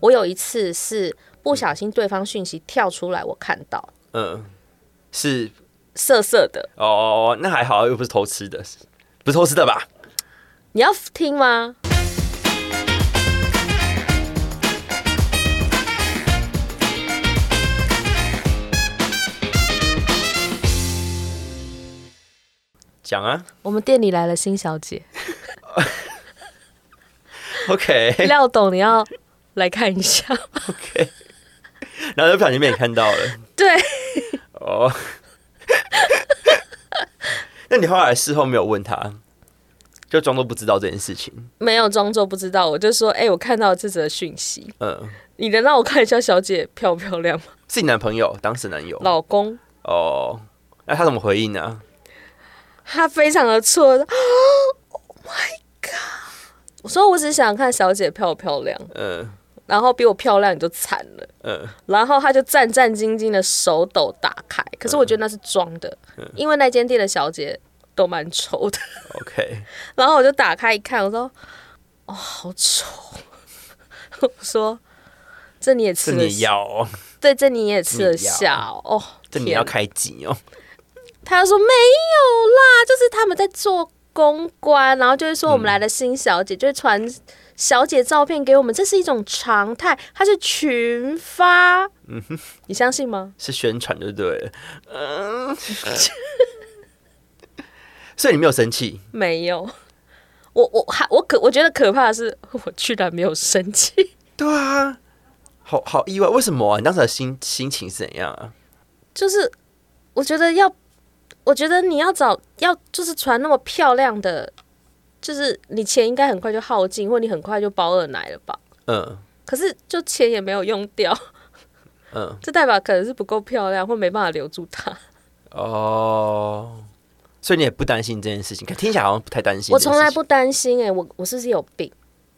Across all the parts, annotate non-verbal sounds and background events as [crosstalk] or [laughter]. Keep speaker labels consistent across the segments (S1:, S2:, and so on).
S1: 我有一次是不小心对方讯息跳出来，我看到
S2: 嗯，是
S1: 色色的，
S2: 哦哦，哦那还好，又不是偷吃的，不是偷吃的吧？
S1: 你要听吗？
S2: 讲啊
S1: 我们店里来了新小 [laughs] 姐，
S2: [laughs] ，OK，
S1: 廖董，你要来看一下？
S2: 然后就不小心被你看到了，
S1: [laughs] 对，
S2: 哦。 [laughs] 那你后来事后没有问他，就装作不知道这件事情。
S1: 没有装作不知道，我就说，哎、我看到这则讯息，
S2: 嗯，
S1: 你能让我看一下小姐漂不漂亮吗？
S2: 是你男朋友，当时男友。
S1: [laughs] 老公，
S2: 哦，那他怎么回应呢、
S1: 他非常的错 [gasps] 愕，Oh my god！我说我只想看小姐漂不漂亮，
S2: 嗯
S1: 然后比我漂亮你就惨了。
S2: 嗯，
S1: 然后他就战战兢兢的手抖打开，可
S2: 嗯
S1: 是我觉得那是装的，因为那间店的小姐都蛮丑的。 [laughs]
S2: OK，
S1: 然后我就打开一看，我说：“哦，好丑！” [laughs] 我说：“这你也
S2: 这
S1: 吃得
S2: 你
S1: 下？
S2: 要、哦，
S1: 对，这你也吃得下哦？哦
S2: 这你
S1: 天
S2: 要
S1: 哪
S2: 开机哦。
S1: 他就说没有啦，就是他们在做公关，然后就会说我们
S2: 嗯
S1: 来了新小姐，就会传小姐照片给我们，这是一种常态，它是群发。嗯哼，你相信吗？
S2: 是宣传就对了。嗯， [laughs] 所以你没有生气，
S1: 没有。 [laughs] 我我还我可我觉得可怕的是， [laughs] 我居然没有生气， [laughs]
S2: 对啊，好好意外，为什么啊？你当时的心心情是怎样啊？
S1: 就是我觉得要，我觉得你要找要就是传那么漂亮的，就是你钱应该很快就耗尽，或你很快就包二奶了吧？
S2: 嗯
S1: 可是就钱也没有用掉，
S2: 嗯，
S1: [laughs] 这代表可能是不够漂亮，或没办法留住她。
S2: 哦，所以你也不担心这件事情，可听起来好像不太担心
S1: 我
S2: 这件事情。
S1: 从来不担心、欸，诶，我我是不是有病？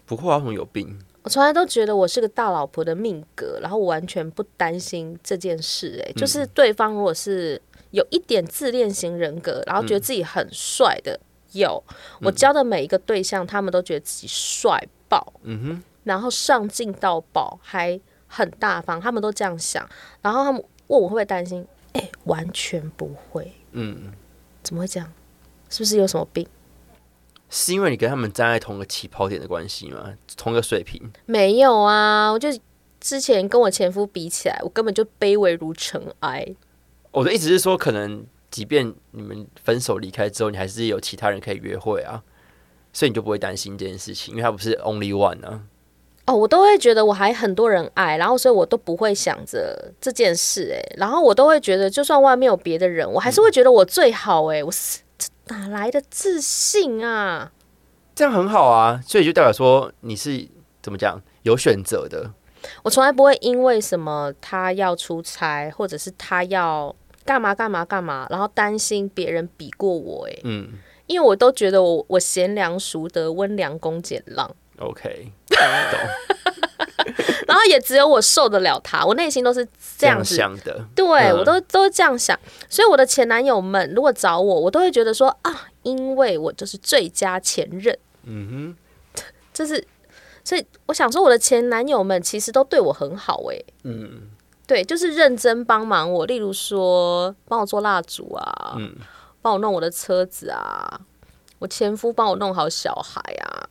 S2: 不会啊，我有病。
S1: 我从来都觉得我是个大老婆的命格，然后我完全不担心这件事、欸。哎、
S2: 嗯
S1: 就是对方如果是有一点自恋型人格，然后
S2: 嗯
S1: 觉得自己很帅的，有我交的每一个对象，他们都觉得自己帅爆，
S2: 嗯哼，
S1: 然后上进到爆，还很大方，他们都这样想。然后他们问我会不会担心，哎、完全不会，
S2: 嗯，
S1: 怎么会这样？是不是有什么病？
S2: 是因为你跟他们站在同个起跑点的关系吗？同个水平？
S1: 没有啊，我就之前跟我前夫比起来，我根本就卑微如尘埃。
S2: 我的意思是说，可能即便你们分手离开之后，你还是有其他人可以约会啊，所以你就不会担心这件事情，因为他不是 only one 啊。
S1: 哦，我都会觉得我还很多人爱，然后所以我都不会想着这件事，哎，然后我都会觉得，就算外面有别的人，我还是会觉得我最好，哎，我是这哪来的自信啊？
S2: 这样很好啊，所以就代表说你是怎么讲有选择的，
S1: 我从来不会因为什么他要出差，或者是他要干嘛干嘛干嘛，然后担心别人比过我，哎，
S2: 嗯
S1: 因为我都觉得我我贤良淑德，温良恭俭让，
S2: ，OK，
S1: 然后也只有我受得了他，我内心都是这
S2: 这
S1: 样
S2: 样
S1: 子
S2: 想的，
S1: 对、
S2: 嗯
S1: 我都都这样想，所以我的前男友们如果找我，我都会觉得说啊，因为我就是最佳前任，
S2: 嗯
S1: 这是，所以我想说我的前男友们其实都对我很好诶、
S2: 哼，嗯
S1: 对，就是认真帮忙我，例如说帮我做蜡烛啊，
S2: 嗯，
S1: 帮我弄我的车子啊，我前夫帮我弄好小孩啊，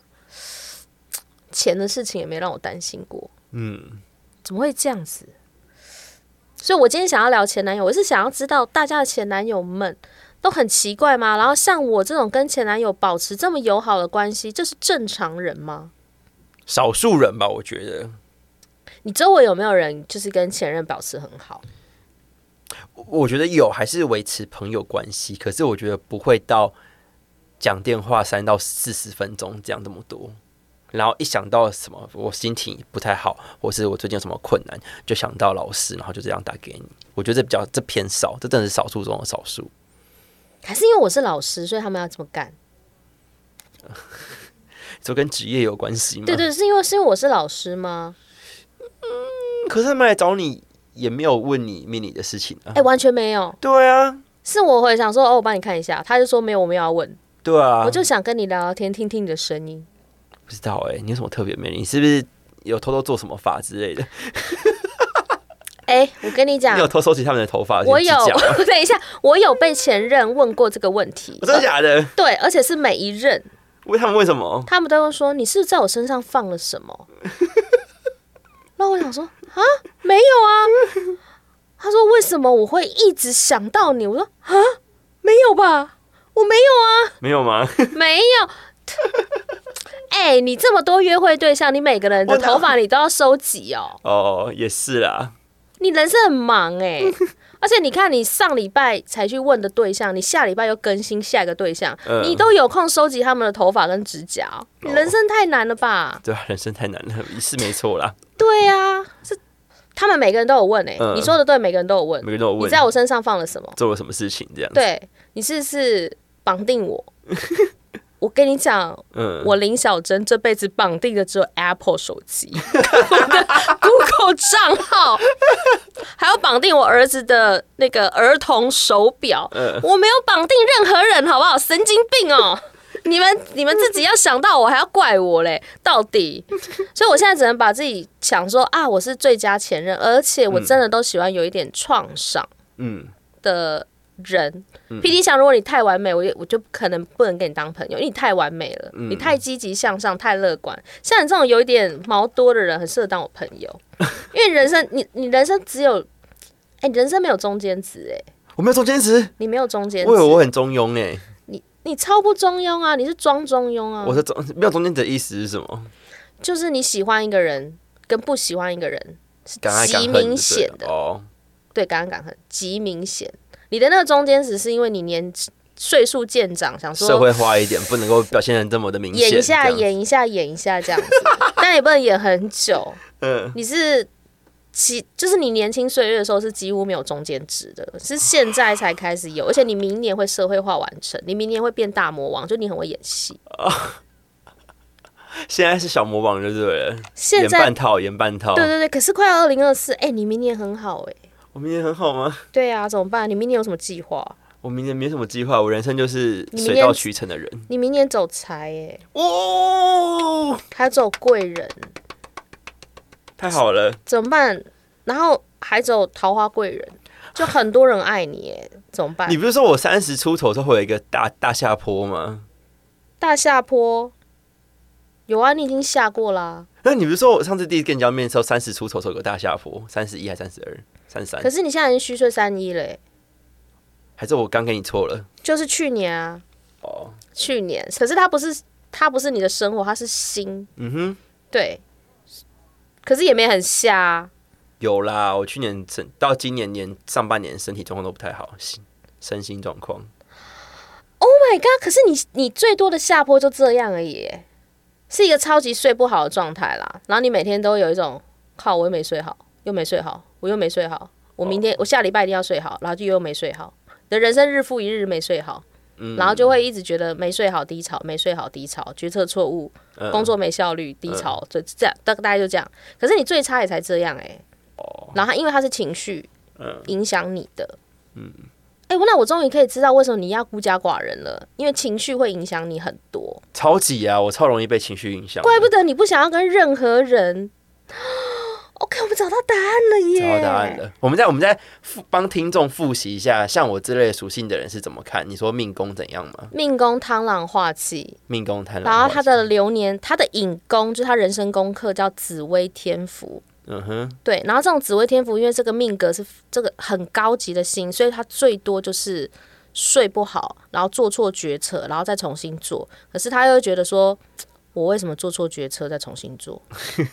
S1: 钱的事情也没让我担心过。
S2: 嗯，
S1: 怎么会这样子？所以我今天想要聊前男友，我是想要知道大家的前男友们都很奇怪吗？然后像我这种跟前男友保持这么友好的关系，这是正常人吗？
S2: 少数人吧，我觉得，
S1: 你周围有没有人就是跟前任保持很好？
S2: 我我觉得有还是维持朋友关系，可是我觉得不会到讲电话三到四十分钟这样这么多。然后一想到什么，我心情不太好，或是我最近有什么困难，就想到老师，然后就这样打给你。我觉得这比较这偏少，这真的是少数中的少数。
S1: 还是因为我是老师，所以他们要这么干？
S2: 就跟职业有关系吗？
S1: 对对，是因为是因为我是老师吗？
S2: 可是他们来找你也没有问你命理的事情啊
S1: 哎、。完全没有，
S2: 对啊，
S1: 是我会想说哦，我帮你看一下，他就说没有，我们要问，
S2: 对啊，
S1: 我就想跟你聊聊天，听听你的声音。
S2: 欸不知道哎、你有什么特别魅力？你是不是有偷偷做什么法之
S1: [laughs]
S2: 类的？
S1: 哎、我跟你讲
S2: 你有，偷收集他们的头发？
S1: 我
S2: 指
S1: 有
S2: 甲吗
S1: [laughs] 等一下，我有被前任问过这个问题，
S2: [laughs] 真的假的？
S1: 对，而且是每一任，
S2: 为他们为什么？
S1: 他们都会说你是不是在我身上放了什么？ [laughs] 然后我想说啊，没有啊。他说为什么我会一直想到你？我说啊，没有吧，我没有
S2: 没有吗？ [laughs]
S1: 啊，没有。 [laughs] 哎、你这么多约会对象，你每个人的
S2: 我哪
S1: 头发你都要收集哦，
S2: 哦，也是啦。
S1: 你人生很忙哎、 [laughs] 而且你看，你上礼拜才去问的对象，你下礼拜又更新下一个对象，
S2: 嗯
S1: 你都有空收集他们的头发跟指甲哦，你人生太难了吧？
S2: 对啊，人生太难了，是没错
S1: [laughs]
S2: 啦。
S1: 对啊，是他们每个人都有问诶、
S2: 嗯
S1: 你说的对，每个人都有问
S2: 每。个人都有
S1: 你
S2: 问
S1: 在我身上放了什么？
S2: 做了什么事情这样子。
S1: 对你是不是绑定我？
S2: [laughs]
S1: 我跟你讲，
S2: 嗯，
S1: 我林小珍这辈子绑定的只有 Apple 手机， [laughs] 我的 Google 账号，还要绑定我儿子的那个儿童手表。
S2: 嗯
S1: 我没有绑定任何人，好不好？神经病哦、你们你们自己要想到我，还要怪我嘞？到底？所以我现在只能把自己想说啊，我是最佳前任，而且我真的都喜欢有一点创伤
S2: 嗯，
S1: 的人。P D 想，如果你太完美，我就我就可能不能跟你当朋友，因为你太完美了，
S2: 嗯
S1: 你太积极向上，太乐观。像你这种有一点毛多的人，很适合当我朋
S2: [laughs]
S1: 友，因为人生你你人生只有，哎、你人生没有中间值，哎，
S2: 我没有中间值，
S1: 你没有中间值
S2: 我以，为我很中庸哎、
S1: 你你超不中庸啊，你是装中庸啊，
S2: 我说中没有中间值的意思是什么？
S1: 就是你喜欢一个人跟不喜欢一个人是
S2: 敢爱敢
S1: 极
S2: 恨就对
S1: 明显
S2: 了
S1: 的，
S2: 哦，
S1: 对，敢爱敢恨，极明显。你的那个中间值是因为你年岁数渐长，想
S2: 社
S1: 说
S2: 会化一点，不能够表现的这么的明显。
S1: 演一下，
S2: 这样子，
S1: 演一下，演一下这样子， [laughs] 但也不能演很久。
S2: 嗯，
S1: 你是几，就是你年轻岁月的时候是几乎没有中间值的，是现在才开始有，而且你明年会社会化完成，你明年会变大魔王，就你很会演戏。
S2: 现在是小魔王就对了，
S1: 现
S2: 演
S1: 在
S2: 半套，演半套。
S1: 对对对，可是快要二零二四，哎，你明年很好哎、
S2: 我明年很好吗？
S1: 对啊，怎么办？你明年有什么计划？
S2: 我明年没什么计划，我人生就是
S1: 你明
S2: 水
S1: 年
S2: 到渠成的人。
S1: 你明年走财哎、
S2: 哦，
S1: 还走贵人，
S2: 太好了！
S1: 怎么办？然后还走桃花贵人，就很多人爱你哎、怎么办
S2: 你？不是说我三十出头的时候会有一个大大下坡吗？
S1: 大下坡，有啊，你已经下过啦。
S2: 那你不是说我上次第一次跟你见面的时候，三十出头的时候有个大下坡，三十一还三十二、三三
S1: 可，是你现在已经虚岁三一嘞、欸
S2: 还是我刚跟你错了？
S1: 就是去年啊，
S2: 哦，
S1: 去年。可是它不是它不是你的生活，它是心
S2: 嗯哼，
S1: 对，可是也没很下、啊。
S2: 有啦，我去年整到今年年上半年身体状况都不太好，心身心状况。
S1: Oh my god！可是你你最多的下坡就这样而已耶，是一个超级睡不好的状态啦。然后你每天都有一种靠，我又没睡好，又没睡好，我又没睡好，我明天、我下礼拜一定要睡好，然后就又没睡好，你的人生日复一日没睡好，
S2: 嗯
S1: 然后就会一直觉得没睡好低潮，没睡好低潮，决策错误，
S2: 嗯
S1: 工作没效率，低潮，就这样，大大概就这样。可是你最差也才这样哎、
S2: 哦
S1: 然后它因为它是情绪
S2: 嗯
S1: 影响你的，哎、那我终于可以知道为什么你要孤家寡人了，因为情绪会影响你很多，
S2: 超级啊，我超容易被情绪影响的。
S1: 怪不得你不想要跟任何人。OK，我们找到答案了耶！
S2: 找到答案了。我们在我们在复帮听众复习一下，像我之类属性的人是怎么看？你说命宫怎样吗？
S1: 命宫贪狼化气，
S2: 命宫贪
S1: 然后
S2: 婪，
S1: 他的流年，他的引宫就是他人生功课叫紫薇天福。
S2: 嗯哼，
S1: 对，然后这种紫薇天福，因为这个命格是这个很高级的星，所以他最多就是睡不好，然后做错决策，然后再重新做。可是他又会觉得说，我为什么做错决策再重新做？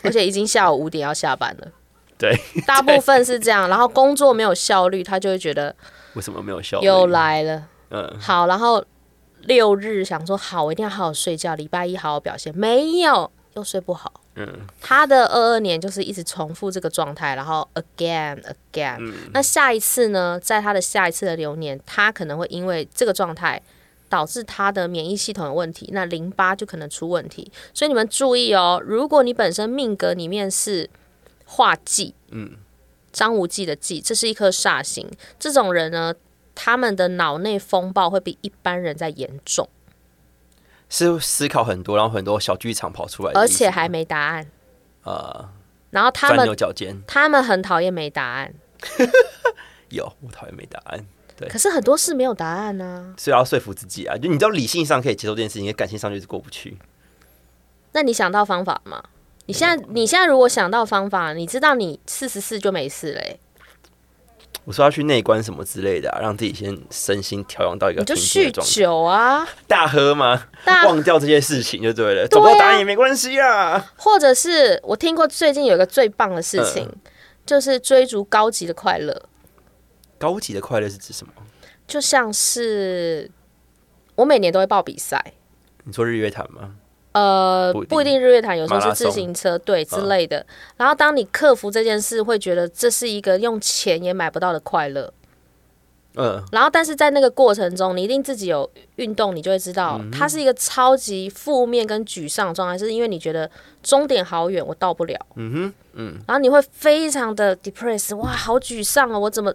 S1: 而且已经下午五点要下班了。
S2: [laughs] 对，
S1: 大部分是这样。然后工作没有效率，他就会觉得
S2: 为什么没有效率？
S1: 又来了。
S2: 嗯，
S1: 好，然后六日想说好，我一定要好好睡觉，礼拜一好好表现，没有又睡不好。
S2: 嗯，
S1: 他的二二年就是一直重复这个状态，然后 again again、那
S2: 嗯
S1: 下一次呢，在他的下一次的流年，他可能会因为这个状态。导致他的免疫系统有问题，那淋巴就可能出问题，所以你们注意哦。如果你本身命格里面是化忌，嗯，张无忌的忌，这是一颗煞星，这种人呢，他们的脑内风暴会比一般人在严重，
S2: 是思考很多，然后很多小剧场跑出来的意
S1: 而
S2: 思吗，
S1: 且还没答案。
S2: 呃
S1: 然后他
S2: 钻
S1: 们
S2: 牛角尖。
S1: 他们很讨厌没答案，
S2: 有，我讨厌没答案，对
S1: 可是很多事没有答案呢、
S2: 所以要说服自己啊，就你知道理性上可以接受这件事情，感性上就是过不去。
S1: 那你想到方法吗？你现在你现在如果想到方法，你知道你四十四就没事嘞、
S2: 我说要去内观什么之类的、啊，让自己先身心调养到一个
S1: 你就
S2: 平静
S1: 酗
S2: 的状态。
S1: 酒
S2: [laughs]
S1: 啊，
S2: 大喝吗？
S1: 大
S2: 忘掉这些事情就对
S1: 对啊
S2: 了，找不到答案也没关系啊。
S1: 或者是我听过最近有一个最棒的事情，
S2: 嗯
S1: 就是追逐高级的快乐，
S2: 高级的快乐是指什么？
S1: 就像是我每年都会报比赛，
S2: 你说日月潭吗？
S1: 呃，
S2: 不一定
S1: 不一定日月潭，有时候
S2: 马
S1: 是
S2: 拉松嗯
S1: 自行车对之类的。然后当你克服这件事，会觉得这是一个用钱也买不到的快乐。
S2: 嗯，
S1: 然后，但是在那个过程中，你一定自己有运动，你就会知道，
S2: 嗯
S1: 它是一个超级负面跟沮丧的状态，是因为你觉得终点好远，我到不了。嗯哼，嗯。然后你会非常的 depressed，哇，好沮丧哦，我怎么？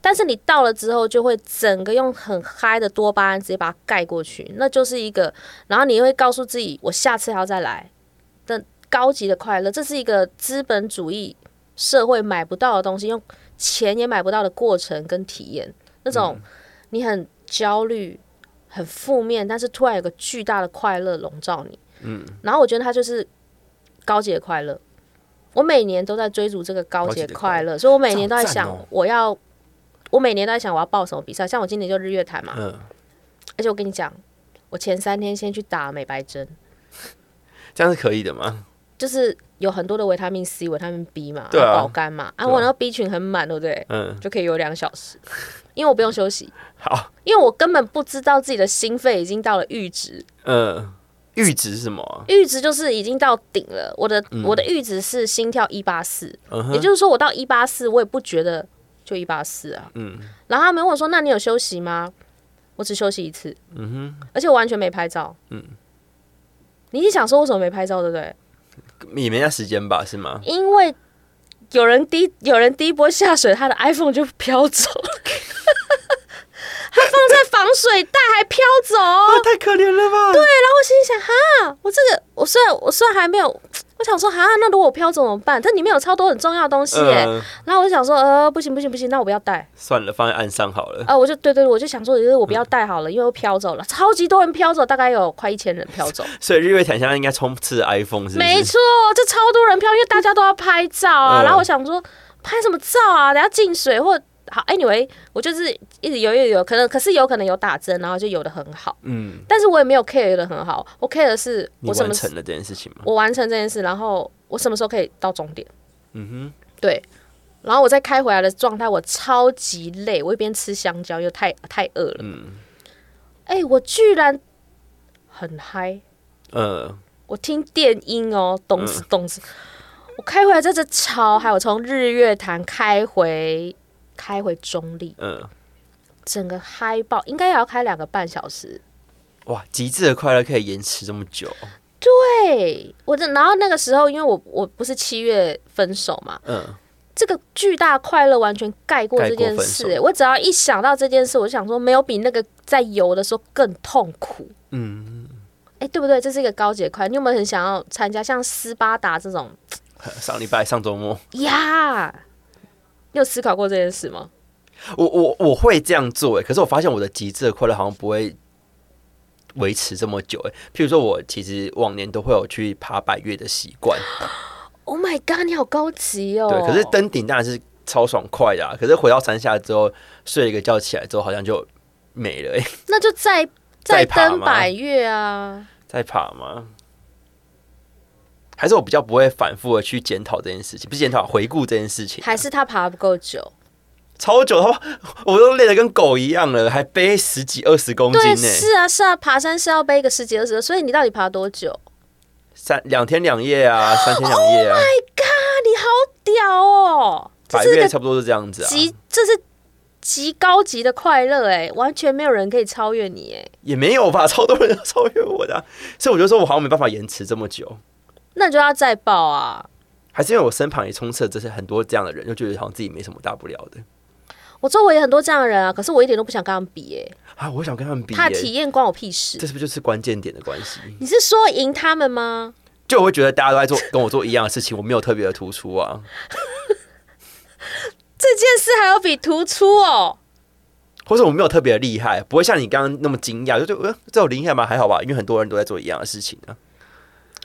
S1: 但是你到了之后，就会整个用很嗨的多巴胺直接把它盖过去，那就是一个。然后你会告诉自己，我下次还要再来的高级的快乐，这是一个资本主义社会买不到的东西，用钱也买不到的过程跟体验。那种你很焦虑、很负面，但是突然有个巨大的快乐笼罩你。嗯，然后我觉得它就是高级的快乐。我每年都在追逐这个高级
S2: 高级
S1: 的
S2: 的快
S1: 快乐，所以我每年哎都在
S2: 这好赞
S1: 想
S2: 哦，
S1: 我要，我每年都在想我要报什么比赛。像我今年就日月潭嘛，
S2: 嗯
S1: 而且我跟你讲，我前三天先去打美白针，
S2: 这样是可以的吗？
S1: 就是有很多的维他命 C、维他命 B 嘛，
S2: 对啊
S1: 保肝嘛，啊，
S2: 对啊
S1: 我那个 B 群很满，对不对？
S2: 嗯，
S1: 就可以有两小时，因为我不用休息。
S2: 好，
S1: 因为我根本不知道自己的心肺已经到了阈值，
S2: 嗯，阈值是什么啊？
S1: 阈值就是已经到顶了。我的、我的阈值是心跳一八四，
S2: 嗯
S1: 也
S2: 哼，
S1: 就是说我到一八四，我也不觉得就一八四啊。
S2: 嗯
S1: 然后他们问我说：“那你有休息吗？”我只休息一次，
S2: 嗯
S1: 而且我完全没拍照。嗯，你一定想说为什么没拍照，对不对？
S2: 哼，也没那时间吧？是吗？
S1: 因为有人第一有人第一波下水，他的 iPhone 就飘走 [laughs] 了，他放在防水袋还飘走哦。
S2: 啊，太可怜了吧？对，
S1: 然后我心里想，哈，我这个我虽然我虽然还没有，我想说，哈，那如果我飘走怎么办？但里面有超多很重要的东西耶。
S2: 嗯，
S1: 然后我就想说，呃，不行不行不行，那我不要带。
S2: 算了，放在岸上好了。
S1: 啊，我就对对，我就想说，呃我不要带好了，因为我飘走了，超级多人飘走，大概有快一千人飘
S2: [laughs]
S1: 走。
S2: 所以日月潭现在应该充斥着 iPhone 是不
S1: 没
S2: 是？
S1: 错，就超多人飘，因为大家都要拍照啊。
S2: 嗯
S1: 然后我想说，拍什么照啊？等下进水或好，anyway，我就是一直游游游，可能可是有可能有打针，然后就游的很好，
S2: 嗯，
S1: 但是我也没有 care 游的很好，我 care 的是
S2: 你
S1: 我什
S2: 完
S1: 么时
S2: 成了这件事情吗？
S1: 我完成这件事，然后我什么时候可以到终点？
S2: 嗯
S1: 对，然后我再开回来的状态，我超级累，我一边吃香蕉又太太饿了
S2: 哼，。嗯，
S1: 哎、我居然很嗨，
S2: 呃，
S1: 我听电音哦，咚
S2: 嗯
S1: 子咚子。我开回来这只超嗨，我从日月潭开回开回中立，
S2: 嗯，
S1: 整个嗨爆，应该也要开两个半小时。
S2: 哇，极致的快乐可以延迟这么久，
S1: 对，我这然后那个时候，因为我我不是七月分手嘛，
S2: 嗯，
S1: 这个巨大快乐完全盖过这件
S2: 盖
S1: 事、
S2: 过分
S1: 欸。我只要一想到这件事，我就想说，没有比那个在游的时候更痛苦。
S2: 嗯，
S1: 哎、对不对？这是一个高级的快乐。你有没有很想要参加像斯巴达这种
S2: 上礼拜上周末，
S1: 呀？你有思考过这件事吗？
S2: 我我我会这样做哎，可是我发现我的极致的快乐好像不会维持这么久哎。譬如说，我其实往年都会有去爬百越的习惯，
S1: Oh my god！你好高级哦。
S2: 对，可是登顶当然是超爽快的、啊，可是回到山下之后睡了一个觉起来之后，好像就没了哎。 [laughs]
S1: 那就再
S2: 再爬
S1: 登
S2: 吗
S1: 百越啊。
S2: 在爬吗？还是我比较不会反复的去检讨这件事情，不是检讨，回顾这件事情啊、
S1: 还是他爬不够
S2: [laughs]
S1: 久？
S2: 超久，他我都累得跟狗一样了，还背十几二十公斤
S1: 对，
S2: 呢、
S1: 是啊，是啊，爬山是要背个十几二十个，所以你到底爬多久？
S2: 三两天两夜
S1: [gasps]
S2: 啊，三天两夜啊，
S1: 啊，你好屌哦！这
S2: 百
S1: 是一个
S2: 月差不多是这样子啊，
S1: 极，这是极高级的快乐哎、完全没有人可以超越你哎、
S2: 也没有吧， [laughs] 超多人都超越我的啊、所以我就说我好像没办法延迟这么久，
S1: 那你就要再报啊！
S2: 还是因为我身旁也充斥这些很多这样的人，就觉得好像自己没什么大不了的
S1: 我周围也很多这样的人啊，可是我一点都不想跟他们比哎、
S2: 啊，我想跟他们比、
S1: 他
S2: 耶，
S1: 的体验关我屁事
S2: 这。是不是就是关键点的关系？
S1: 你是说赢他们吗？
S2: 就我会觉得大家都在做跟我做一样的事情，我没有特别的突出啊。
S1: 这件事还要比突出哦。
S2: 或者我没有特别厉害，不会像你刚刚那么惊讶，就就呃，这有厉害吗？还好吧，因为很多人都在做一样的事情啊。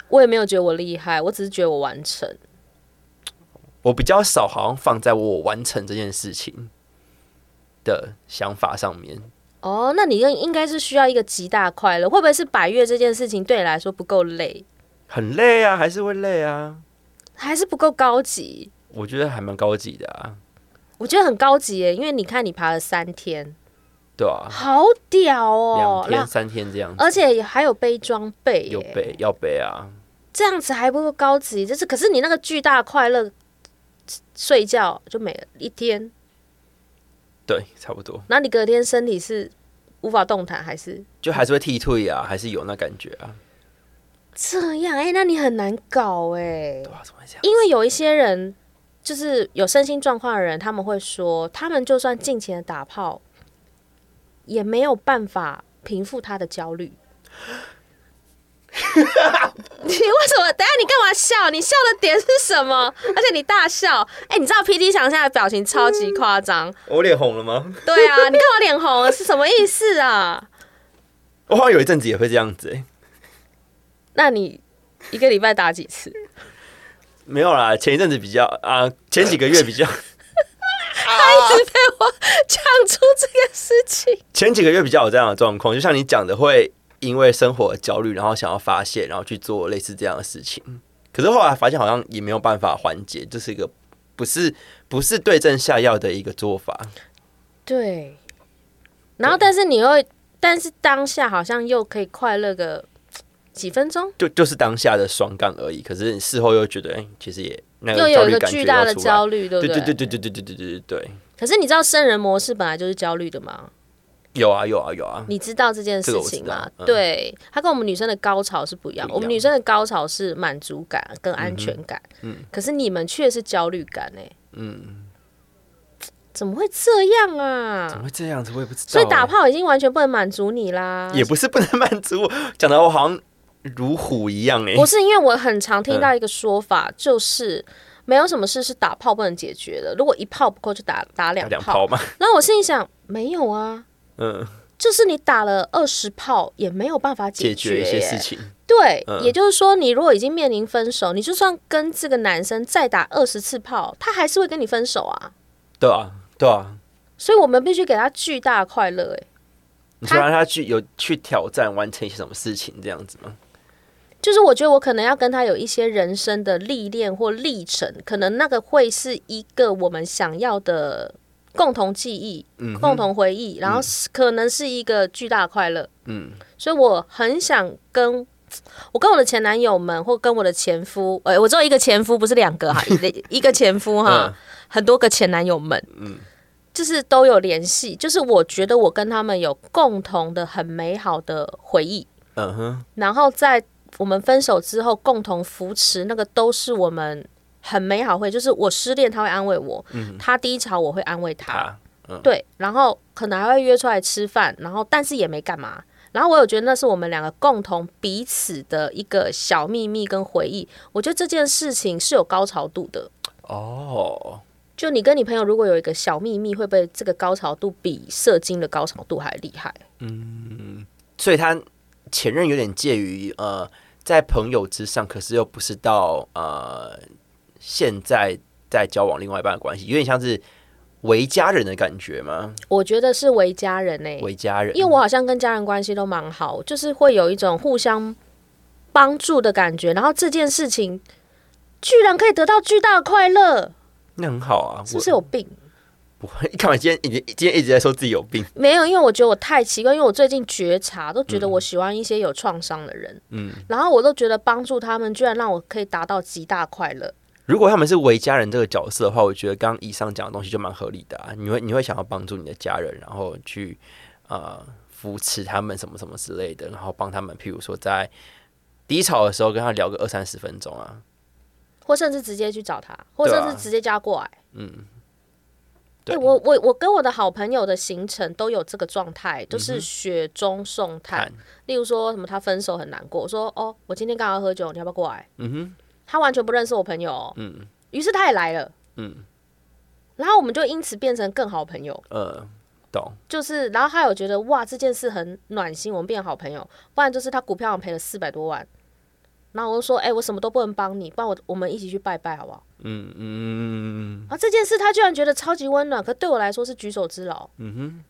S1: 我也没有觉得我厉害，我只是觉得我完成。
S2: 我比较少好像放在我完成这件事情的想法上面。
S1: 哦，那你应应该是需要一个极大快乐，会不会是百越这件事情对你来说不够累，
S2: 很累啊，还是会累啊。
S1: 还是不够高级？
S2: 我觉得还蛮高级的啊，
S1: 我觉得很高级欸耶，因为你看你爬了三天，
S2: 对啊，
S1: 好屌
S2: 两
S1: 哦！
S2: 天三天这样子，
S1: 而且还有背装备
S2: 有
S1: 耶，
S2: 背要背啊，
S1: 这样子还不够高级。就是可是你那个巨大快乐，睡觉就没了一天，
S2: 对，差不多，
S1: 然后你隔天身体是无法动弹，还是
S2: 就还是会剃退啊，还是有那感觉啊，
S1: 这样？哎、那你很难搞哎
S2: 对。啊，怎么会这样？
S1: 因为有一些人就是有身心状况的人，他们会说，他们就算尽情的打炮，也没有办法平复他的焦虑。你为什么？等一下你干嘛笑？你笑的点是什么？而且你大笑，哎、你知道 P D 想现在的表情超级夸张，
S2: 我脸红了吗？
S1: 对啊，你看我脸红是什么意思啊？
S2: 我好像有一阵子也会这样子、欸，
S1: 那你一个礼拜打几次？
S2: 没有啦，前一阵子比较啊，前几个月比较，
S1: 讲出这个事情，
S2: 前几个月比较有这样的状况，就像你讲的，会因为生活的焦虑，然后想要发泄，然后去做类似这样的事情。可是后来发现好像也没有办法缓解，这、是一个不是不是对症下药的一个做法。
S1: 对，然后但是你又，但是当下好像又可以快乐个几分钟，
S2: 就就是当下的爽感而已。可是你事后又觉得，哎、其实也那
S1: 又
S2: 个
S1: 有
S2: 焦
S1: 一
S2: 虑
S1: 个
S2: 感
S1: 巨大的焦
S2: 虑，
S1: 虑，对不
S2: 对
S1: 对？
S2: 对对对对对对对对对对，
S1: 可是你知道圣人模式本来就是焦虑的吗？
S2: 有啊有啊有啊，
S1: 你知道这件事情
S2: 这个我
S1: 吗
S2: 知？道嗯
S1: 对，它跟我们女生的高潮是不一样。
S2: 不一样
S1: 我们女生的高潮是满足感跟安全感，可是你们却是焦虑感哎、
S2: 嗯，
S1: 怎么会这样
S2: 怎
S1: 啊？
S2: 么会这样子？我也不知道、
S1: 所以打炮已经完全不能满足你啦，
S2: 也不是不能满足我， [laughs] 讲的我好像如虎一样哎、 [laughs]
S1: 不是因为我很常
S2: 嗯
S1: 听到一个说法，就是没有什么事是打炮不能解决的。如果一炮不够，就打打两
S2: 打两
S1: 炮。
S2: 炮嘛，
S1: 然后我心里想，没有啊，
S2: 嗯，
S1: 就是你打了二十炮也没有办法
S2: 解
S1: 决
S2: 决一些事
S1: 耶。
S2: 情，
S1: 对，
S2: 嗯
S1: 也就是说，你如果已经面临分手，你就算跟这个男生再打二十次炮，他还是会跟你分手啊。
S2: 对啊对啊。
S1: 所以我们必须给他巨大的快乐、欸，
S2: 你说让他去有去挑战完成一些什么事情这样子吗？
S1: 就是我觉得我可能要跟他有一些人生的历练或历程，可能那个会是一个我们想要的共同记忆、
S2: 嗯
S1: 共同回忆，然后是可能是一个巨大的快乐。
S2: 嗯，
S1: 所以我很想跟我跟我的前男友们，或跟我的前夫，呃，我只有一个前夫，不是两
S2: [laughs]
S1: 个哈，一个一个前夫哈，
S2: 嗯
S1: 很多个前男友们，
S2: 嗯
S1: 就是都有联系，就是我觉得我跟他们有共同的很美好的回忆。
S2: 嗯哼，
S1: 然后在我们分手之后共同扶持，那个都是我们很美好会，就是我失恋他会安慰我，他低潮我会安慰他，
S2: 他
S1: 对，然后可能还会约出来吃饭，然后但是也没干嘛。然后我有觉得那是我们两个共同彼此的一个小秘密跟回忆，我觉得这件事情是有高潮度的。
S2: 哦，
S1: 就你跟你朋友如果有一个小秘密，会不会这个高潮度比射精的高潮度还厉害？
S2: 所以他前任有点介于呃，在朋友之上，可是又不是到呃现在在交往另外一半的关系，有点像是为家人的感觉吗？
S1: 我觉得是为家人欸呢、
S2: 为家人，
S1: 因为我好像跟家人关系都蛮好，就是会有一种互相帮助的感觉。然后这件事情居然可以得到巨大的快乐，
S2: 那很好啊，
S1: 是不是有病？
S2: 我 [laughs] 不会？看我今天已经今天一直在说自己有病，
S1: 没有，因为我觉得我太奇怪，因为我最近觉察都觉得我喜欢一些有创伤的人，
S2: 嗯，
S1: 然后我都觉得帮助他们，居然让我可以达到极大快乐。
S2: 如果他们是为家人这个角色的话，我觉得刚刚以上讲的东西就蛮合理的啊。你会你会想要帮助你的家人，然后去呃扶持他们什么什么之类的，然后帮他们，譬如说在低潮的时候跟他聊个二三十分钟啊，
S1: 或甚至直接去找他，或
S2: 对啊
S1: 甚至直接叫他过来。嗯，哎、
S2: 对，
S1: 我我我跟我的好朋友的行程都有这个状态，
S2: 嗯
S1: 就是雪中送炭
S2: 看。，
S1: 例如说什么他分手很难过，我说哦，我今天刚好喝酒，你要不要过来？
S2: 嗯
S1: 他完全不认识我朋友、哦，
S2: 嗯
S1: 于是他也来了，
S2: 嗯
S1: 然后我们就因此变成更好朋友。
S2: 哼，呃，懂，
S1: 就是，然后他有觉得哇，这件事很暖心，我们变好朋友。不然就是他股票好像赔了四百多万，然后我就说，哎、我什么都不能帮你，不然我我们一起去拜拜好不好？
S2: 嗯嗯
S1: 然啊后这件事他居然觉得超级温暖，可对我来说是举手之劳。
S2: 嗯哼，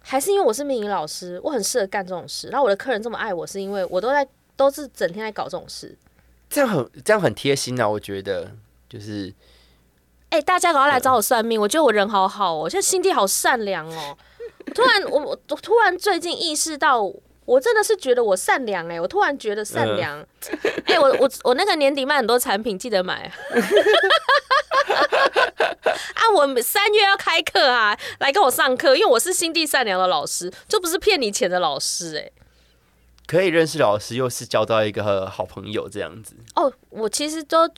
S1: 还是因为我是命理老师，我很适合干这种事。然后我的客人这么爱我，是因为我都在都是整天在搞这种事。
S2: 这样很这样很贴心啊，我觉得就是
S1: 哎、大家赶快来找我算命，我觉得我人好好哦，我现在心地好善良哦。我突然，我我我突然最近意识到，我真的是觉得我善良哎、我突然觉得善良。哎、我我我那个年底卖很多产品，记得买。 [laughs] 啊，我三月要开课啊，来跟我上课，因为我是心地善良的老师，就不是骗你钱的老师哎、
S2: 可以认识老师，又是交到一个好朋友这样子，
S1: 哦，我其实都，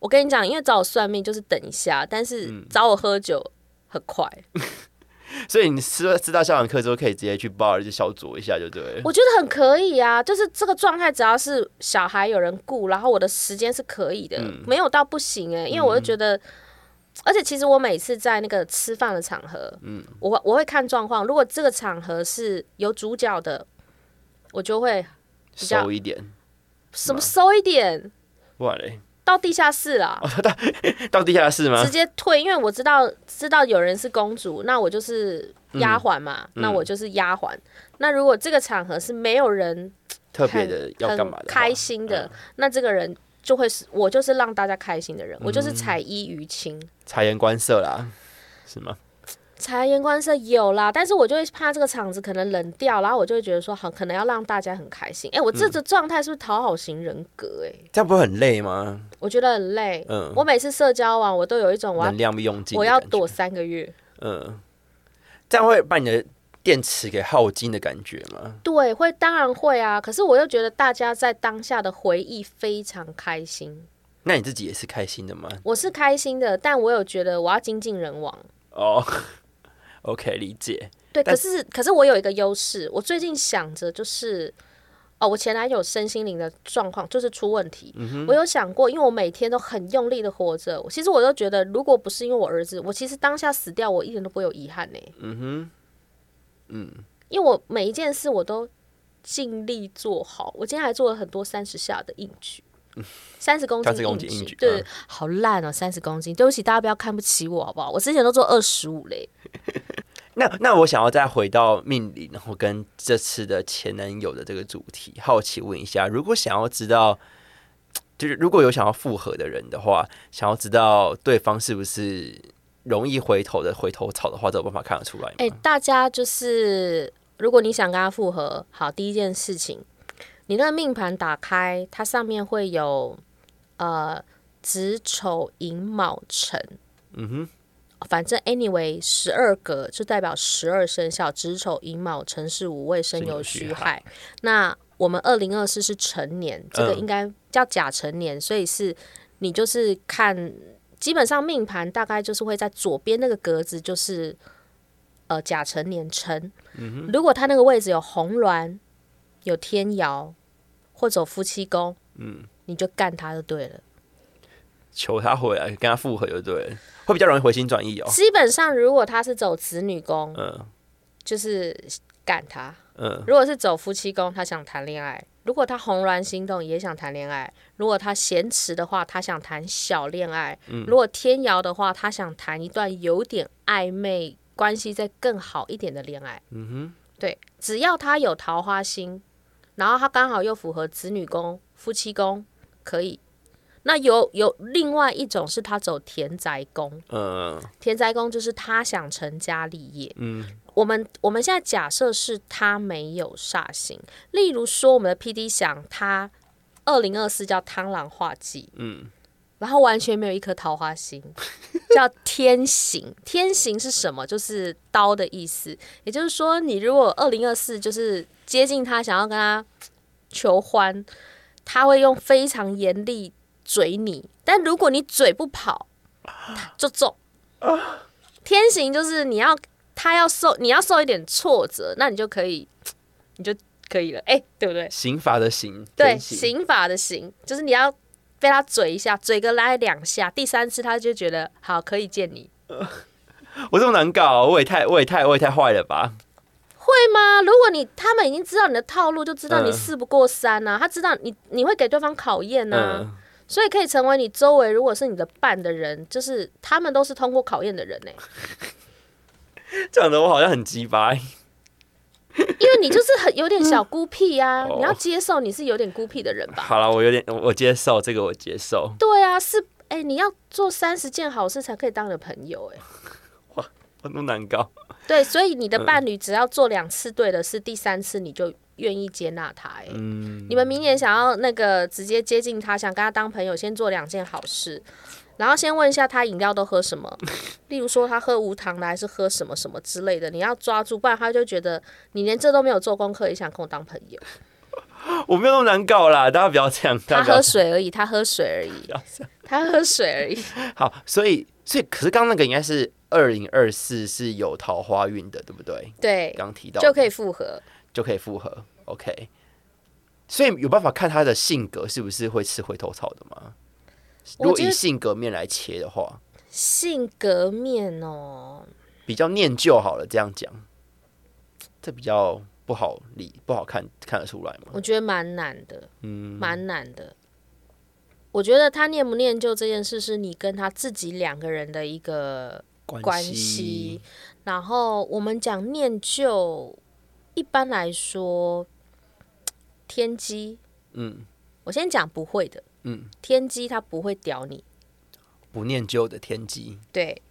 S1: 我跟你讲，因为找我算命就是等一下，但是找我喝酒很快。
S2: 所以你知知道下完课之后，可以直接去 bar 就小酌一下就对了。
S1: 我觉得很可以啊，就是这个状态，只要是小孩有人顾，然后我的时间是可以的，没有到不行哎、因为我就觉得。而且其实我每次在那个吃饭的场合，嗯，我会我会看状况。如果这个场合是有主角的，我就会比较
S2: 收一点，
S1: 什么收一点
S2: 哇嘞，
S1: 到地下室啦，
S2: 到地下室吗
S1: 直？接退，因为我知道知道有人是公主，那我就是丫鬟嘛，那我就是丫鬟。那如果这个场合是没有人
S2: 特别的要干嘛的
S1: 很
S2: 啊话？嗯
S1: 开心的，那这个人就会是我就是让大家开心的人，我
S2: 嗯
S1: 就是采衣娱亲。
S2: 察言观色啦，是吗？
S1: 察言观色有啦，但是我就会怕这个场子可能冷掉，然后我就会觉得说，好，可能要让大家很开心。哎、我
S2: 嗯
S1: 这个状态是不是讨好型人格、欸？
S2: 这样不会很累吗？
S1: 我觉得很累。
S2: 嗯
S1: 我每次社交完，我都有一种我要
S2: 能量被用尽，
S1: 我要躲。三个月。
S2: 嗯，这样会把你的电池给耗尽的感觉吗？
S1: 对，会当然会啊。可是我又觉得大家在当下的回忆非常开心，
S2: 那你自己也是开心的吗？
S1: 我是开心的，但我有觉得我要精尽人亡。
S2: 哦、o k 理解。
S1: 对，
S2: 但
S1: 可是可是我有一个优势，我最近想着就是，哦，我前男友身心灵的状况就是出问题。嗯我有想过，因为我每天都很用力的活着，我其实我都觉得，如果不是因为我儿子，我其实当下死掉，我一点都不会有遗憾呢、嗯
S2: 嗯
S1: 因为我每一件事我都尽力做好。我今天还做了很多三十下的硬 [laughs] 举，三十公斤
S2: 30公斤
S1: 硬
S2: 硬举
S1: 对
S2: 嗯，
S1: 好烂哦，三十公斤。对不起，大家不要看不起我好不好？我之前都做二十五嘞。
S2: 哼，那那我想要再回到命理，然后跟这次的前男友的这个主题，好奇问一下，如果想要知道，就是如果有想要复合的人的话，想要知道对方是不是容易回头的回头草的话，这有办法看得出来吗？
S1: 哎、大家就是，如果你想跟他复合，好，第一件事情，你那个命盘打开，它上面会有呃子丑寅卯辰，
S2: 嗯
S1: 反正 anyway 十二个就代表十二生肖，子丑寅卯辰是午未申
S2: 申
S1: 酉
S2: 酉
S1: 戌
S2: 戌
S1: 亥。那我们二零二四是成年，这个
S2: 嗯
S1: 应该叫甲辰年，所以是你就是看，基本上命盘大概就是会在左边那个格子，就是呃甲辰年辰。
S2: 嗯
S1: 如果他那个位置有红鸾、有天姚或者有夫妻宫，嗯，你就干他就对了。
S2: 哼，求他回来跟他复合就对了，会比较容易回心转意哦。
S1: 基本上如果他是走子女宫，
S2: 嗯
S1: 就是干他。
S2: 嗯，
S1: 如果是走夫妻宫，他想谈恋爱；如果他红鸾心动，也想谈恋爱；如果他咸池的话，他想谈小恋爱；如果天姚的话，他想谈一段有点暧昧关系再更好一点的恋爱。嗯哼，对，只要他有桃花心，然后他刚好又符合子女宫、夫妻宫，可以。那有有另外一种是他走田宅宫，
S2: 嗯
S1: 田宅宫就是他想成家立业，
S2: 嗯，
S1: 我们我们现在假设是他没有煞星，例如说我们的 P D 想他二零二四叫螳螂化忌，嗯，然后完全没有一颗桃花星， [laughs] 叫天行。天行是什么？就是刀的意思。也就是说，你如果二零二四就是接近他，想要跟他求欢，他会用非常严厉嘴你，但如果你嘴不跑，他就中。天行就是你要他要受你要受一点挫折，那你就可以你就可以了，哎、对不对？
S2: 刑罚的刑，
S1: 对，
S2: 天刑，
S1: 刑法的刑，就是你要被他嘴一下，嘴个来两下，第三次他就觉得好可以见你，
S2: 我这么难搞，我也太我也太我也太坏了吧？
S1: 会吗？如果你他们已经知道你的套路，就知道你
S2: 嗯
S1: 事不过三啊呐、他知道你你会给对方考验呐、
S2: 嗯，
S1: 所以可以成为你周围如果是你的伴的人，就是他们都是通过考验的人欸呢、
S2: 这样的我好像很鸡巴，
S1: 因为你就是很有点小孤僻
S2: [laughs]
S1: 呀、
S2: 嗯
S1: 你要接受你是有点孤僻的人吧？
S2: 好了，我有点我我接受这个，我接受。
S1: 对啊，是哎、你要做三十件好事才可以当你的朋友哎、
S2: 我那么难搞，
S1: 对，所以你
S2: 嗯
S1: 的伴侣只要做两次对的事，第三次你就愿意接纳他、欸。
S2: 嗯，
S1: 你们明年想要那个直接接近他，想跟他当朋友，先做两件好事，然后先问一下他饮料都喝什么，例如说他喝无糖的还是喝什么什么之类的，你要抓住，不然他就觉得你连这都没有做功课，也想跟我当朋友。
S2: 我没有那么难搞啦，大家不要这样，
S1: 他
S2: 大家不要
S1: 喝水而已，他喝水而已，他喝水而已。
S2: 好，所以所以可是刚刚那个应该是二零二四是有桃花运的，对不对？
S1: 对，
S2: 刚提到
S1: 就可
S2: 以
S1: 以复合。
S2: 就可以复合，OK。所以有办法看他的性格是不是会吃回头草的吗？
S1: 我
S2: 如果
S1: 觉
S2: 以
S1: 得
S2: 性格面来切的话，
S1: 性格面哦，
S2: 比较念旧好了，这样讲，这比较不好理，不好看看得出来嘛。
S1: 我觉得蛮难的。
S2: 嗯，
S1: 蛮难的。我觉得他念不念旧这件事，是你跟他自己两个人的一个关系。然后我们讲念旧，一般来说，天机，
S2: 嗯，
S1: 我先讲不会的，
S2: 嗯，
S1: 天机他不会屌你，
S2: 不念旧的天机
S1: 对。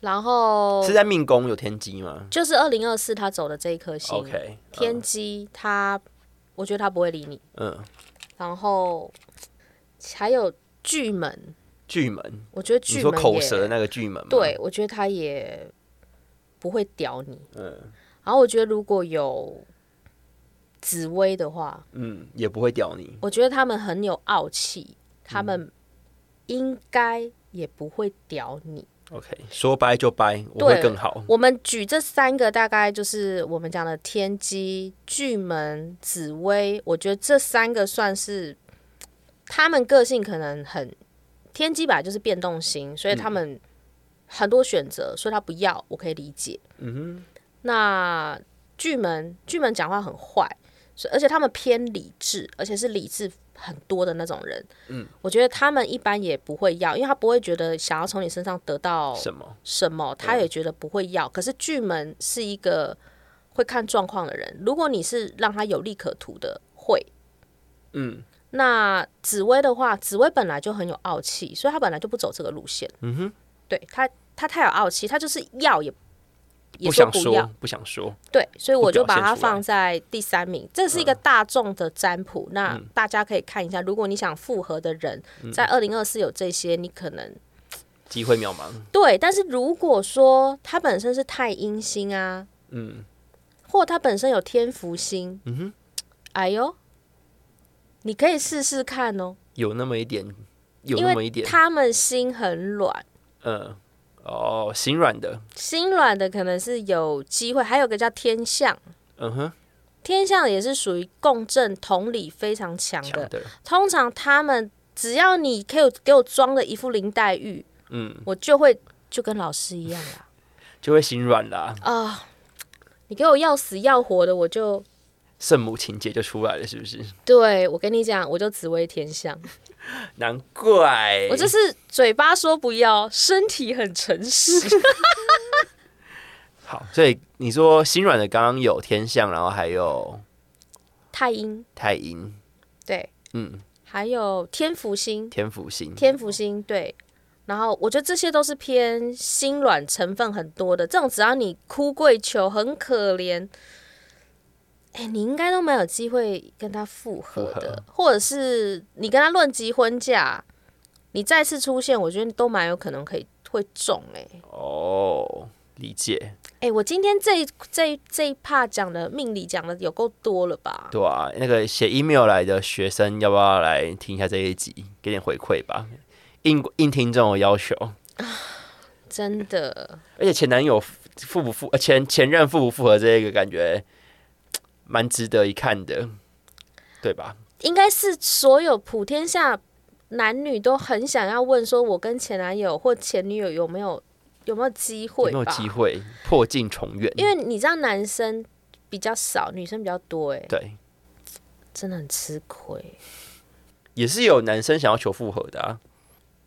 S1: 然后
S2: 是在命宫有天机吗
S1: 就是二零二四他走的这一颗星
S2: ？OK，
S1: 天机他，我觉得他不会理你。
S2: 嗯，
S1: 然后还有巨门，
S2: 巨门，
S1: 我觉得
S2: 你
S1: 巨
S2: 说
S1: 门
S2: 口
S1: 也
S2: 舌的那个巨门吗？
S1: 对，，我觉得他也不会屌你。
S2: 嗯
S1: 然后我觉得如果有紫薇的话，
S2: 嗯，也不会屌你。
S1: 我觉得他们很有傲气，他们应该也不会屌你。
S2: OK，说掰就掰，我
S1: 对
S2: 会更好。
S1: 我们举这三个，大概就是我们讲的天机、巨门、紫薇，我觉得这三个算是他们个性可能很天机吧，就是变动型，所以他们很多选择，所以他不要，我可以理解。
S2: 嗯
S1: 那巨门，巨门讲话很坏，所以而且他们偏理智，而且是理智很多的那种人。嗯，我觉得他们一般也不会要，因为他不会觉得想要从你身上得到
S2: 哼，什么？
S1: 什么，他也觉得不会要。可是巨门是一个会看状况的人，如果你是让他有利可图的，会。
S2: 嗯
S1: 那紫薇的话，紫薇本来就很有傲气，所以他本来就不走这个路线。
S2: 嗯哼，
S1: 对他，他太有傲气，他就是要也也
S2: 不想
S1: 不要
S2: 说，，不想说。
S1: 对，所以
S2: 不
S1: 我就
S2: 表
S1: 把
S2: 现
S1: 它
S2: 出来
S1: 放在第三名。这是一个
S2: 嗯
S1: 大众的占卜，那大家可以看一下。如果你想复合的人，
S2: 嗯
S1: 在二零二四有这些，你可能
S2: 机会渺茫，
S1: 对。但是如果说他本身是太阴星啊，
S2: 嗯，
S1: 或他本身有天福星，嗯
S2: 哼，
S1: 哎呦，你可以试试看哦，
S2: 有那么一点，有
S1: 因
S2: 那么一
S1: 为
S2: 点，
S1: 他们心很软，
S2: 嗯，哦，心软的，
S1: 心软的可能是有机会。还有个叫天象，
S2: 嗯哼，
S1: 天象也是属于共振同理非常强的
S2: 强。的，
S1: 通常他们只要你可以给我装的一副林黛玉，
S2: 嗯，
S1: 我就会就跟老师一样啦。
S2: 就会心软啦。
S1: 啊、你给我要死要活的，我就
S2: 圣母情节就出来了，是不是？
S1: 对我跟你讲，我就紫薇天相，
S2: 难怪，
S1: 我就是嘴巴说不要，身体很诚实。
S2: 好。所以你说心软的，刚刚有天象，然后还有
S1: 太阴
S2: 太阴，
S1: 对，
S2: 嗯，
S1: 还有天福星，
S2: 天府星，
S1: 天福星对。然后我觉得这些都是偏心软成分很多的，这种只要你哭跪求很可怜，哎，你应该都蛮有机会跟他复合
S2: 复
S1: 的
S2: 合，
S1: 或者是你跟他论及婚嫁，你再次出现，我觉得都蛮有可能可以会中哎、
S2: 哦，理解，
S1: 哎，我今天这一这一这一趴讲的命理讲的有够多了吧？
S2: 对啊，那个写 email 来的学生，要不要来听一下这一集，给点回馈吧？应应听众的要求，
S1: 真的，
S2: 而且前男友复不复呃前前任复不复合这个感觉，蛮值得一看的，对吧？
S1: 应该是所有普天下男女都很想要问，说我跟前男友或前女友有没有有没有机
S2: 有
S1: 会
S2: 没有
S1: 吧？
S2: 机会破镜重圆？
S1: 因为你知道男生比较少，女生比较多、哎，
S2: 对，
S1: 真的很吃亏。
S2: 也是有男生想要求复合的啊。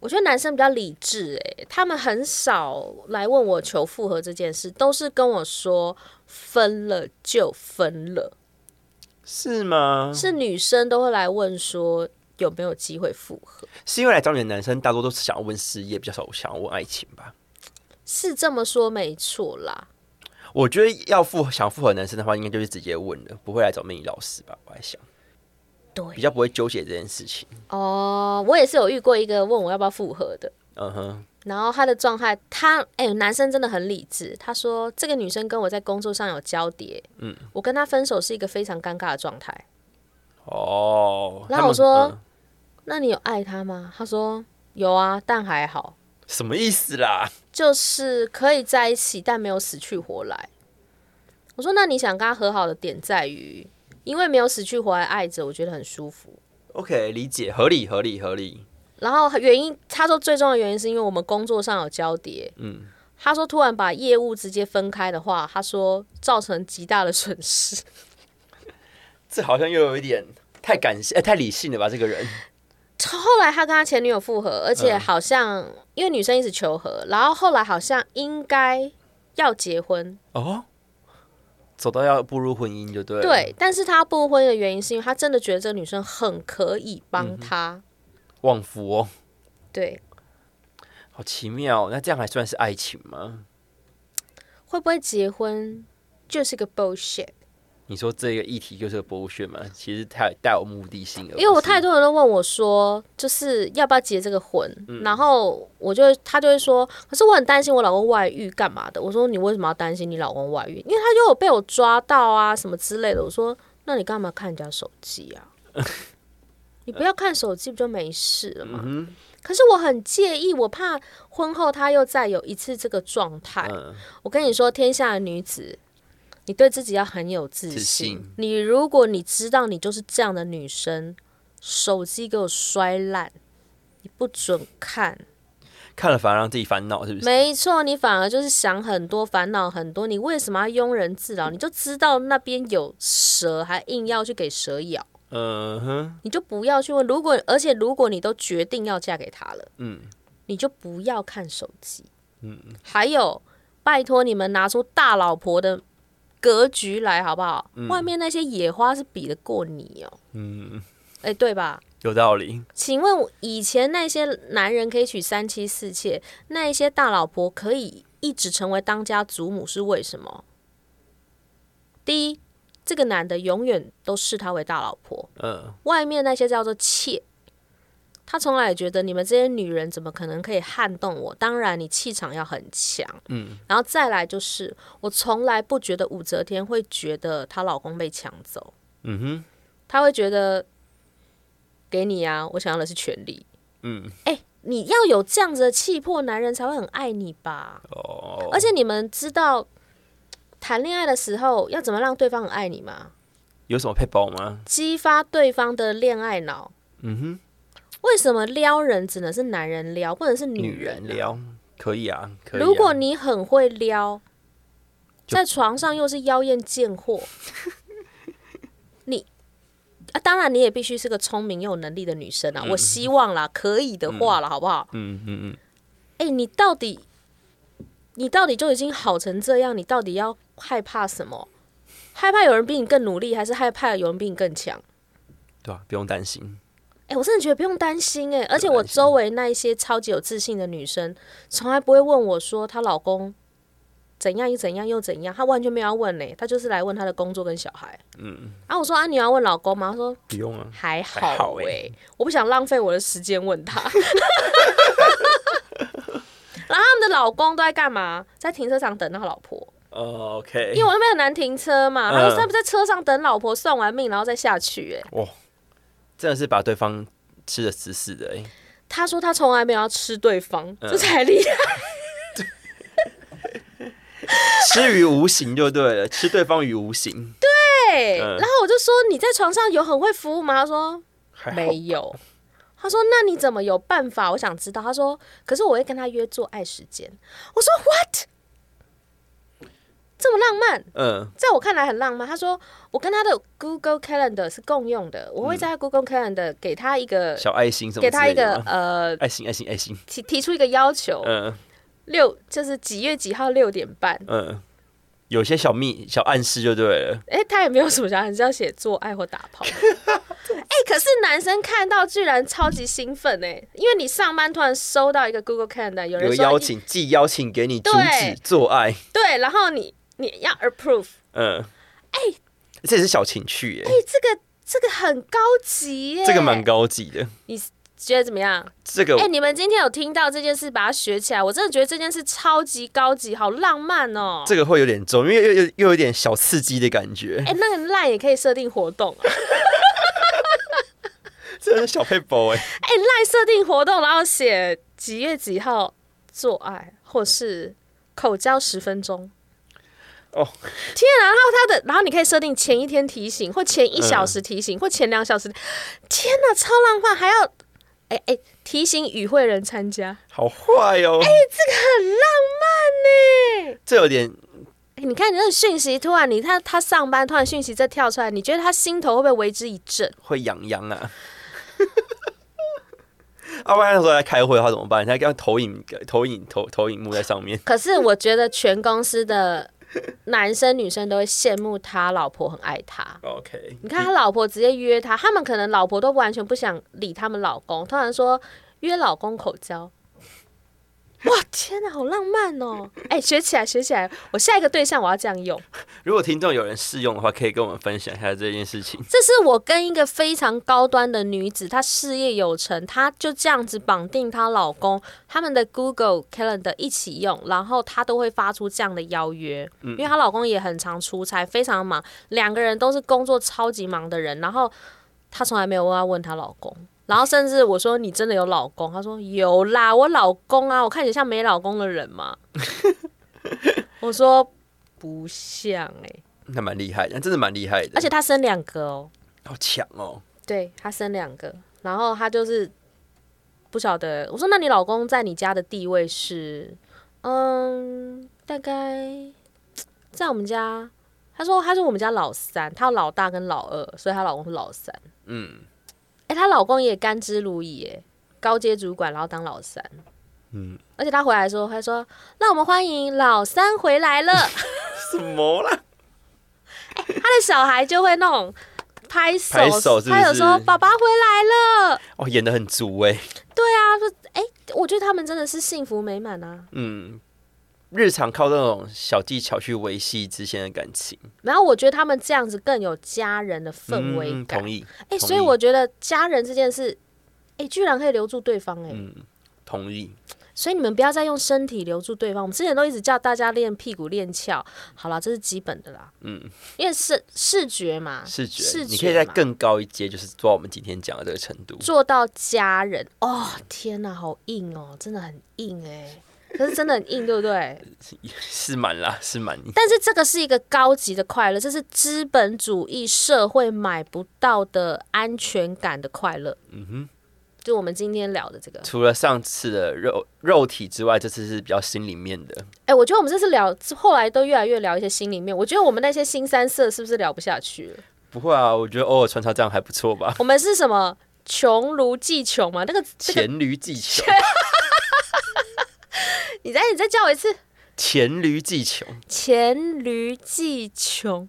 S1: 我觉得男生比较理智、哎，他们很少来问我求复合这件事，都是跟我说分了就分了。
S2: 是吗？
S1: 是女生都会来问说有没有机会复合，
S2: 是因为来找你的男生大多都是想要问事业，比较少想要问爱情吧？
S1: 是这么说没错啦。
S2: 我觉得要复想复合的男生的话，应该就是直接问了，不会来找命理老师吧？我在想，
S1: 对
S2: 比较不会纠结这件事情。
S1: 哦，我也是有遇过一个问我要不要复合的，
S2: 嗯哼，
S1: 然后他的状态，他哎、男生真的很理智。他说这个女生跟我在工作上有交叠，嗯，我跟她分手是一个非常尴尬的状态。
S2: 哦，
S1: 那
S2: 他们
S1: 我说
S2: 嗯
S1: 那你有爱她吗？他说有啊，但还好，
S2: 什么意思啦？
S1: 就是可以在一起，但没有死去活来。我说那你想跟她和好的点在于，因为没有死去活来爱着，我觉得很舒服。
S2: OK，理解，合理，合理，合理。
S1: 然后原因，他说最重要的原因是因为我们工作上有交叠。嗯，他说突然把业务直接分开的话，他说造成极大的损失。 [laughs]
S2: 这好像又有一点太感性，哎、太理性了吧？这个人，
S1: 后来他跟他前女友复合，而且好像、因为女生一直求和，然后后来好像应该要结婚，
S2: 哦，走到要步入婚姻就对了。，
S1: 对。但是他不婚的原因是因为他真的觉得这个女生很可以帮他，
S2: 旺夫哦，
S1: 对。
S2: 好奇妙。哦那这样还算是爱情吗？
S1: 会不会结婚就是个 bullshit？
S2: 你说这个议题就是剥削吗？其实太带有目的性了，
S1: 因为我
S2: 不是
S1: 太多人都问我说，就是要不要结这个婚，
S2: 嗯
S1: 然后我就他就会说，可是我很担心我老公外遇干嘛的。我说你为什么要担心你老公外遇？因为他就有被我抓到啊什么之类的。我说那你干嘛看人家手机
S2: [laughs]
S1: 啊？你不要看手机不就没事了吗？
S2: 嗯
S1: 可是我很介意，我怕婚后他又再有一次这个状态。
S2: 嗯，
S1: 我跟你说，天下的女子，你对自己要很有自信。
S2: 自信
S1: 你如果你知道你就是这样的女生，手机给我摔烂，你不准看。
S2: 看了反而让自己烦恼，是不是？
S1: 没错，你反而就是想很多，烦恼很多。你为什么要庸人自扰？你就知道那边有蛇，还硬要去给蛇咬，
S2: 嗯哼，
S1: 你就不要去问。如果而且如果你都决定要嫁给他了，嗯，你就不要看手机。嗯，还有，拜托你们拿出大老婆的格局来好不好？外面那些野花是比得过你哦、
S2: 嗯，
S1: 哎、对吧？
S2: 有道理。
S1: 请问我以前那些男人可以娶三妻四妾，那一些大老婆可以一直成为当家祖母是为什么？第一，这个男的永远都视她为大老婆，
S2: 嗯，
S1: 外面那些叫做妾。他从来也觉得你们这些女人怎么可能可以撼动我？当然，你气场要很强，嗯，然后再来就是，我从来不觉得武则天会觉得她老公被抢走，
S2: 嗯哼，
S1: 她会觉得给你啊，我想要的是权利，
S2: 嗯，
S1: 哎、你要有这样子的气魄，男人才会很爱你吧？
S2: 哦，
S1: 而且你们知道谈恋爱的时候要怎么让对方很爱你吗？
S2: 有什么配包吗？
S1: 激发对方的恋爱脑。
S2: 嗯
S1: 为什么撩人只能是男人撩，不能是
S2: 哼，
S1: 女
S2: 女
S1: 人
S2: 人
S1: 啊、
S2: 撩可以啊，可以啊、
S1: 如果你很会撩，
S2: 就
S1: 在床上又是妖艳贱
S2: [laughs]
S1: 货，你啊，当然你也必须是个聪明又有能力的女生啊。我希望啦，可以的话啦，好不好？
S2: 嗯嗯嗯，
S1: 哎、你到底，你到底就已经好成这样，你到底要害怕什么？害怕有人比你更努力，还是害怕有人比你更强？
S2: 对啊，不用担心。
S1: 哎、我真的觉得不用担心哎、而且我
S2: 担心
S1: 周围那一些超级有自信的女生，从来不会问我说她老公怎样又怎样又怎样，她完全没有要问呢、她就是来问她的工作跟小孩。嗯，啊，我说啊，你要问老公吗？她说
S2: 不用啊，
S1: 还
S2: 还
S1: 好
S2: 好
S1: 哎、
S2: 欸
S1: 我不想浪费我的时间问他。然后他们的老公都在干嘛？在停车场等他老婆，
S2: 哦，OK，
S1: 因为我那边很难停车嘛。他
S2: 嗯
S1: 说他们在车上等老婆算完命，然后再下去、欸。
S2: 真的是把对方吃的死死的、欸， [laughs] 嗯
S1: 他说他从来没有要吃对方，这才厉害。
S2: 吃于无形就对了，吃对方于无形。
S1: 对，
S2: 嗯
S1: 然后我就说你在床上有很会服务吗？他说
S2: 哎还好
S1: 没有。他说：“那你怎么有办法？我想知道。”他说：“可是我会跟他约做爱时间。”我说：“What？这么浪漫？
S2: 嗯，
S1: 在我看来很浪漫。他说我跟他的 Google Calendar 是共用的，我会在他 Google Calendar 给他一个，
S2: 嗯小爱心什么
S1: 给
S2: 之
S1: 他一
S2: 类
S1: 个
S2: 的吗？
S1: 呃
S2: 爱心，爱心，爱心。
S1: 提提出一个要求，
S2: 嗯
S1: 六就是几月几号六点半。
S2: 嗯，有些小秘小暗示就对了。
S1: 哎、他也没有什么想法，你是要写做爱或打炮。
S2: [laughs]
S1: 哎、可是男生看到居然超级兴奋哎、因为你上班突然收到一个 Google Calendar，有人
S2: 有
S1: 说
S2: 邀
S1: 你
S2: 请，寄邀请给你阻
S1: 对
S2: 止做爱。
S1: 对，然后你你要 approve，
S2: 嗯，哎，这也是小情趣耶
S1: 哎、，这个这个很高级耶、
S2: 这个蛮高级的。
S1: 觉得怎么样？
S2: 这个
S1: 哎、你们今天有听到这件事，把它学起来，我真的觉得这件事超级高级，好浪漫哦、
S2: 这个会有点重，因为又又又有点小刺激的感觉。
S1: 哎、那个烂也可以设定活动、啊，
S2: 这是小配包哎，
S1: 哎、烂设定活动，然后写几月几号做爱，或是口交十分钟。
S2: 哦，
S1: 天啊！然后它的，然后你可以设定前一天提醒，或前一小时提醒，或前两小时。天哪、超浪漫！还要，哎、哎、提醒与会人参加，
S2: 好坏
S1: 哎
S2: 哦。
S1: 很浪漫呢、
S2: 这有点
S1: 欸你看你那个讯息，突然你看他上班，突然讯息再跳出来，你觉得他心头会不会为之一震？
S2: 会痒痒啊。 [laughs] 阿爸那时候在开会，他怎么办？他要投影、投影、投投影幕在上
S1: [laughs]
S2: 面。
S1: 可是我觉得全公司的男生女生都会羡慕他老婆很爱他。
S2: OK，
S1: 你看他老婆直接约他，他们可能老婆都完全不想理他们老公，突然说约老公口交。哇，天哪，好浪漫哦！ [laughs] 哎、学起来，学起来，我下一个对象我要这样用。
S2: 如果听众有人试用的话，可以跟我们分享一下这件事情。
S1: 这是我跟一个非常高端的女子，她事业有成，她就这样子绑定她老公，他们的 Google Calendar 一起用，然后她都会发出这样的邀约，因为她老公也很常出差，非常忙，两个人都是工作超级忙的人，然后她从来没有问她问她老公。然后甚至我说你真的有老公？她说有啦，我老公啊，我看起来像没老公的人吗？我说不像哎、
S2: 那蛮厉害的，真的蛮厉害的，
S1: 而且她生两个哦。
S2: 好强哦。
S1: 对他生两个，然后他就是不晓得。我说那你老公在你家的地位是，嗯，大概在我们家，他说他是我们家老三，他有老大跟老二，所以她老公是老三。
S2: 嗯
S1: 哎、她老公也甘之如饴，哎，高阶主管，然后当老三。
S2: 嗯，
S1: 而且他回来的时候，他说：“让我们欢迎老三回来了。” [laughs]
S2: 什么啦？
S1: 他的小孩就会那种拍手，
S2: 拍手是不是
S1: 他有时候爸爸回来了。
S2: 哦，演的很足哎。
S1: 我觉得他们真的是幸福美满啊。
S2: 嗯，日常靠这种小技巧去维系之间的感情，
S1: 然后我觉得他们这样子更有家人的氛围
S2: 嗯
S1: 感
S2: 同。意，
S1: 哎、
S2: 同意
S1: 所以我觉得家人这件事，哎、居然可以留住对方哎、
S2: 嗯，同意。
S1: 所以你们不要再用身体留住对方。我们之前都一直叫大家练屁股、练翘，好啦，这是基本的啦。
S2: 嗯，
S1: 因为视视觉嘛，
S2: 视觉，
S1: 视觉
S2: 你可以再
S1: 嘛
S2: 更高一阶，就是做到我们今天讲的这个程度。
S1: 做到家人哦，天哪，好硬哦，真的很硬哎、可是真的很硬，对不对？
S2: 是满啦，是满。
S1: 但是这个是一个高级的快乐，这是资本主义社会买不到的安全感的快乐。
S2: 嗯哼，
S1: 就我们今天聊的这个，哎、
S2: 除了上次的肉肉体之外，这次是比较心里面的。
S1: 哎我觉得我们这次聊后来都越来越聊一些心里面，我觉得我们那些新三色是不是聊不下去了？
S2: 不会啊，我觉得偶尔穿插这样还不错吧。
S1: 我们是什么穷如技穷
S2: [laughs]
S1: 吗？那个 [laughs] 这个，
S2: 黔驴技穷，
S1: 你再你再叫我一次，
S2: 黔驴技穷，
S1: 黔驴技穷。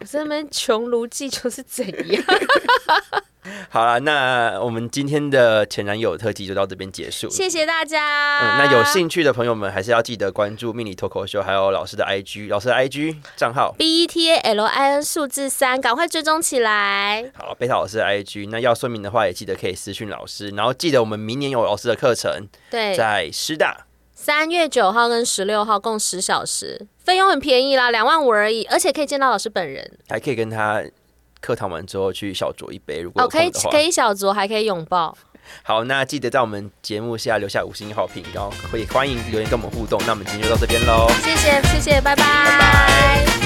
S1: 我这边穷如技穷是怎
S2: [laughs]
S1: 样？
S2: 嗯好啦，那我们今天的前男友特辑就到这边结束。
S1: 谢啊谢大家。
S2: 嗯，那有兴趣的朋友们还是要记得关注命理脱口秀，还有老师的 IG，老师的 IG 账号。
S1: B E T A L I N 数字三，赶快追踪起来。
S2: 好，贝塔老师的 IG，那要说明的话也记得可以私讯老师，然后记得我们明年有老师的课程
S1: 对，
S2: 在师大，
S1: 三月九号跟十六号共十小时，费用很便宜啦，两万五而已，而且可以见到老师本人
S2: 还可以跟他课堂完之后去小酌一杯，如
S1: 哦，
S2: 果有
S1: 可以
S2: 空的话
S1: 可以小酌，还可以拥抱，
S2: 好，那记得在我们节目下留下五星好评，然后可以欢迎留言跟我们互动。那我们今天就到这边喽。
S1: 谢谢，谢谢，拜拜。
S2: 拜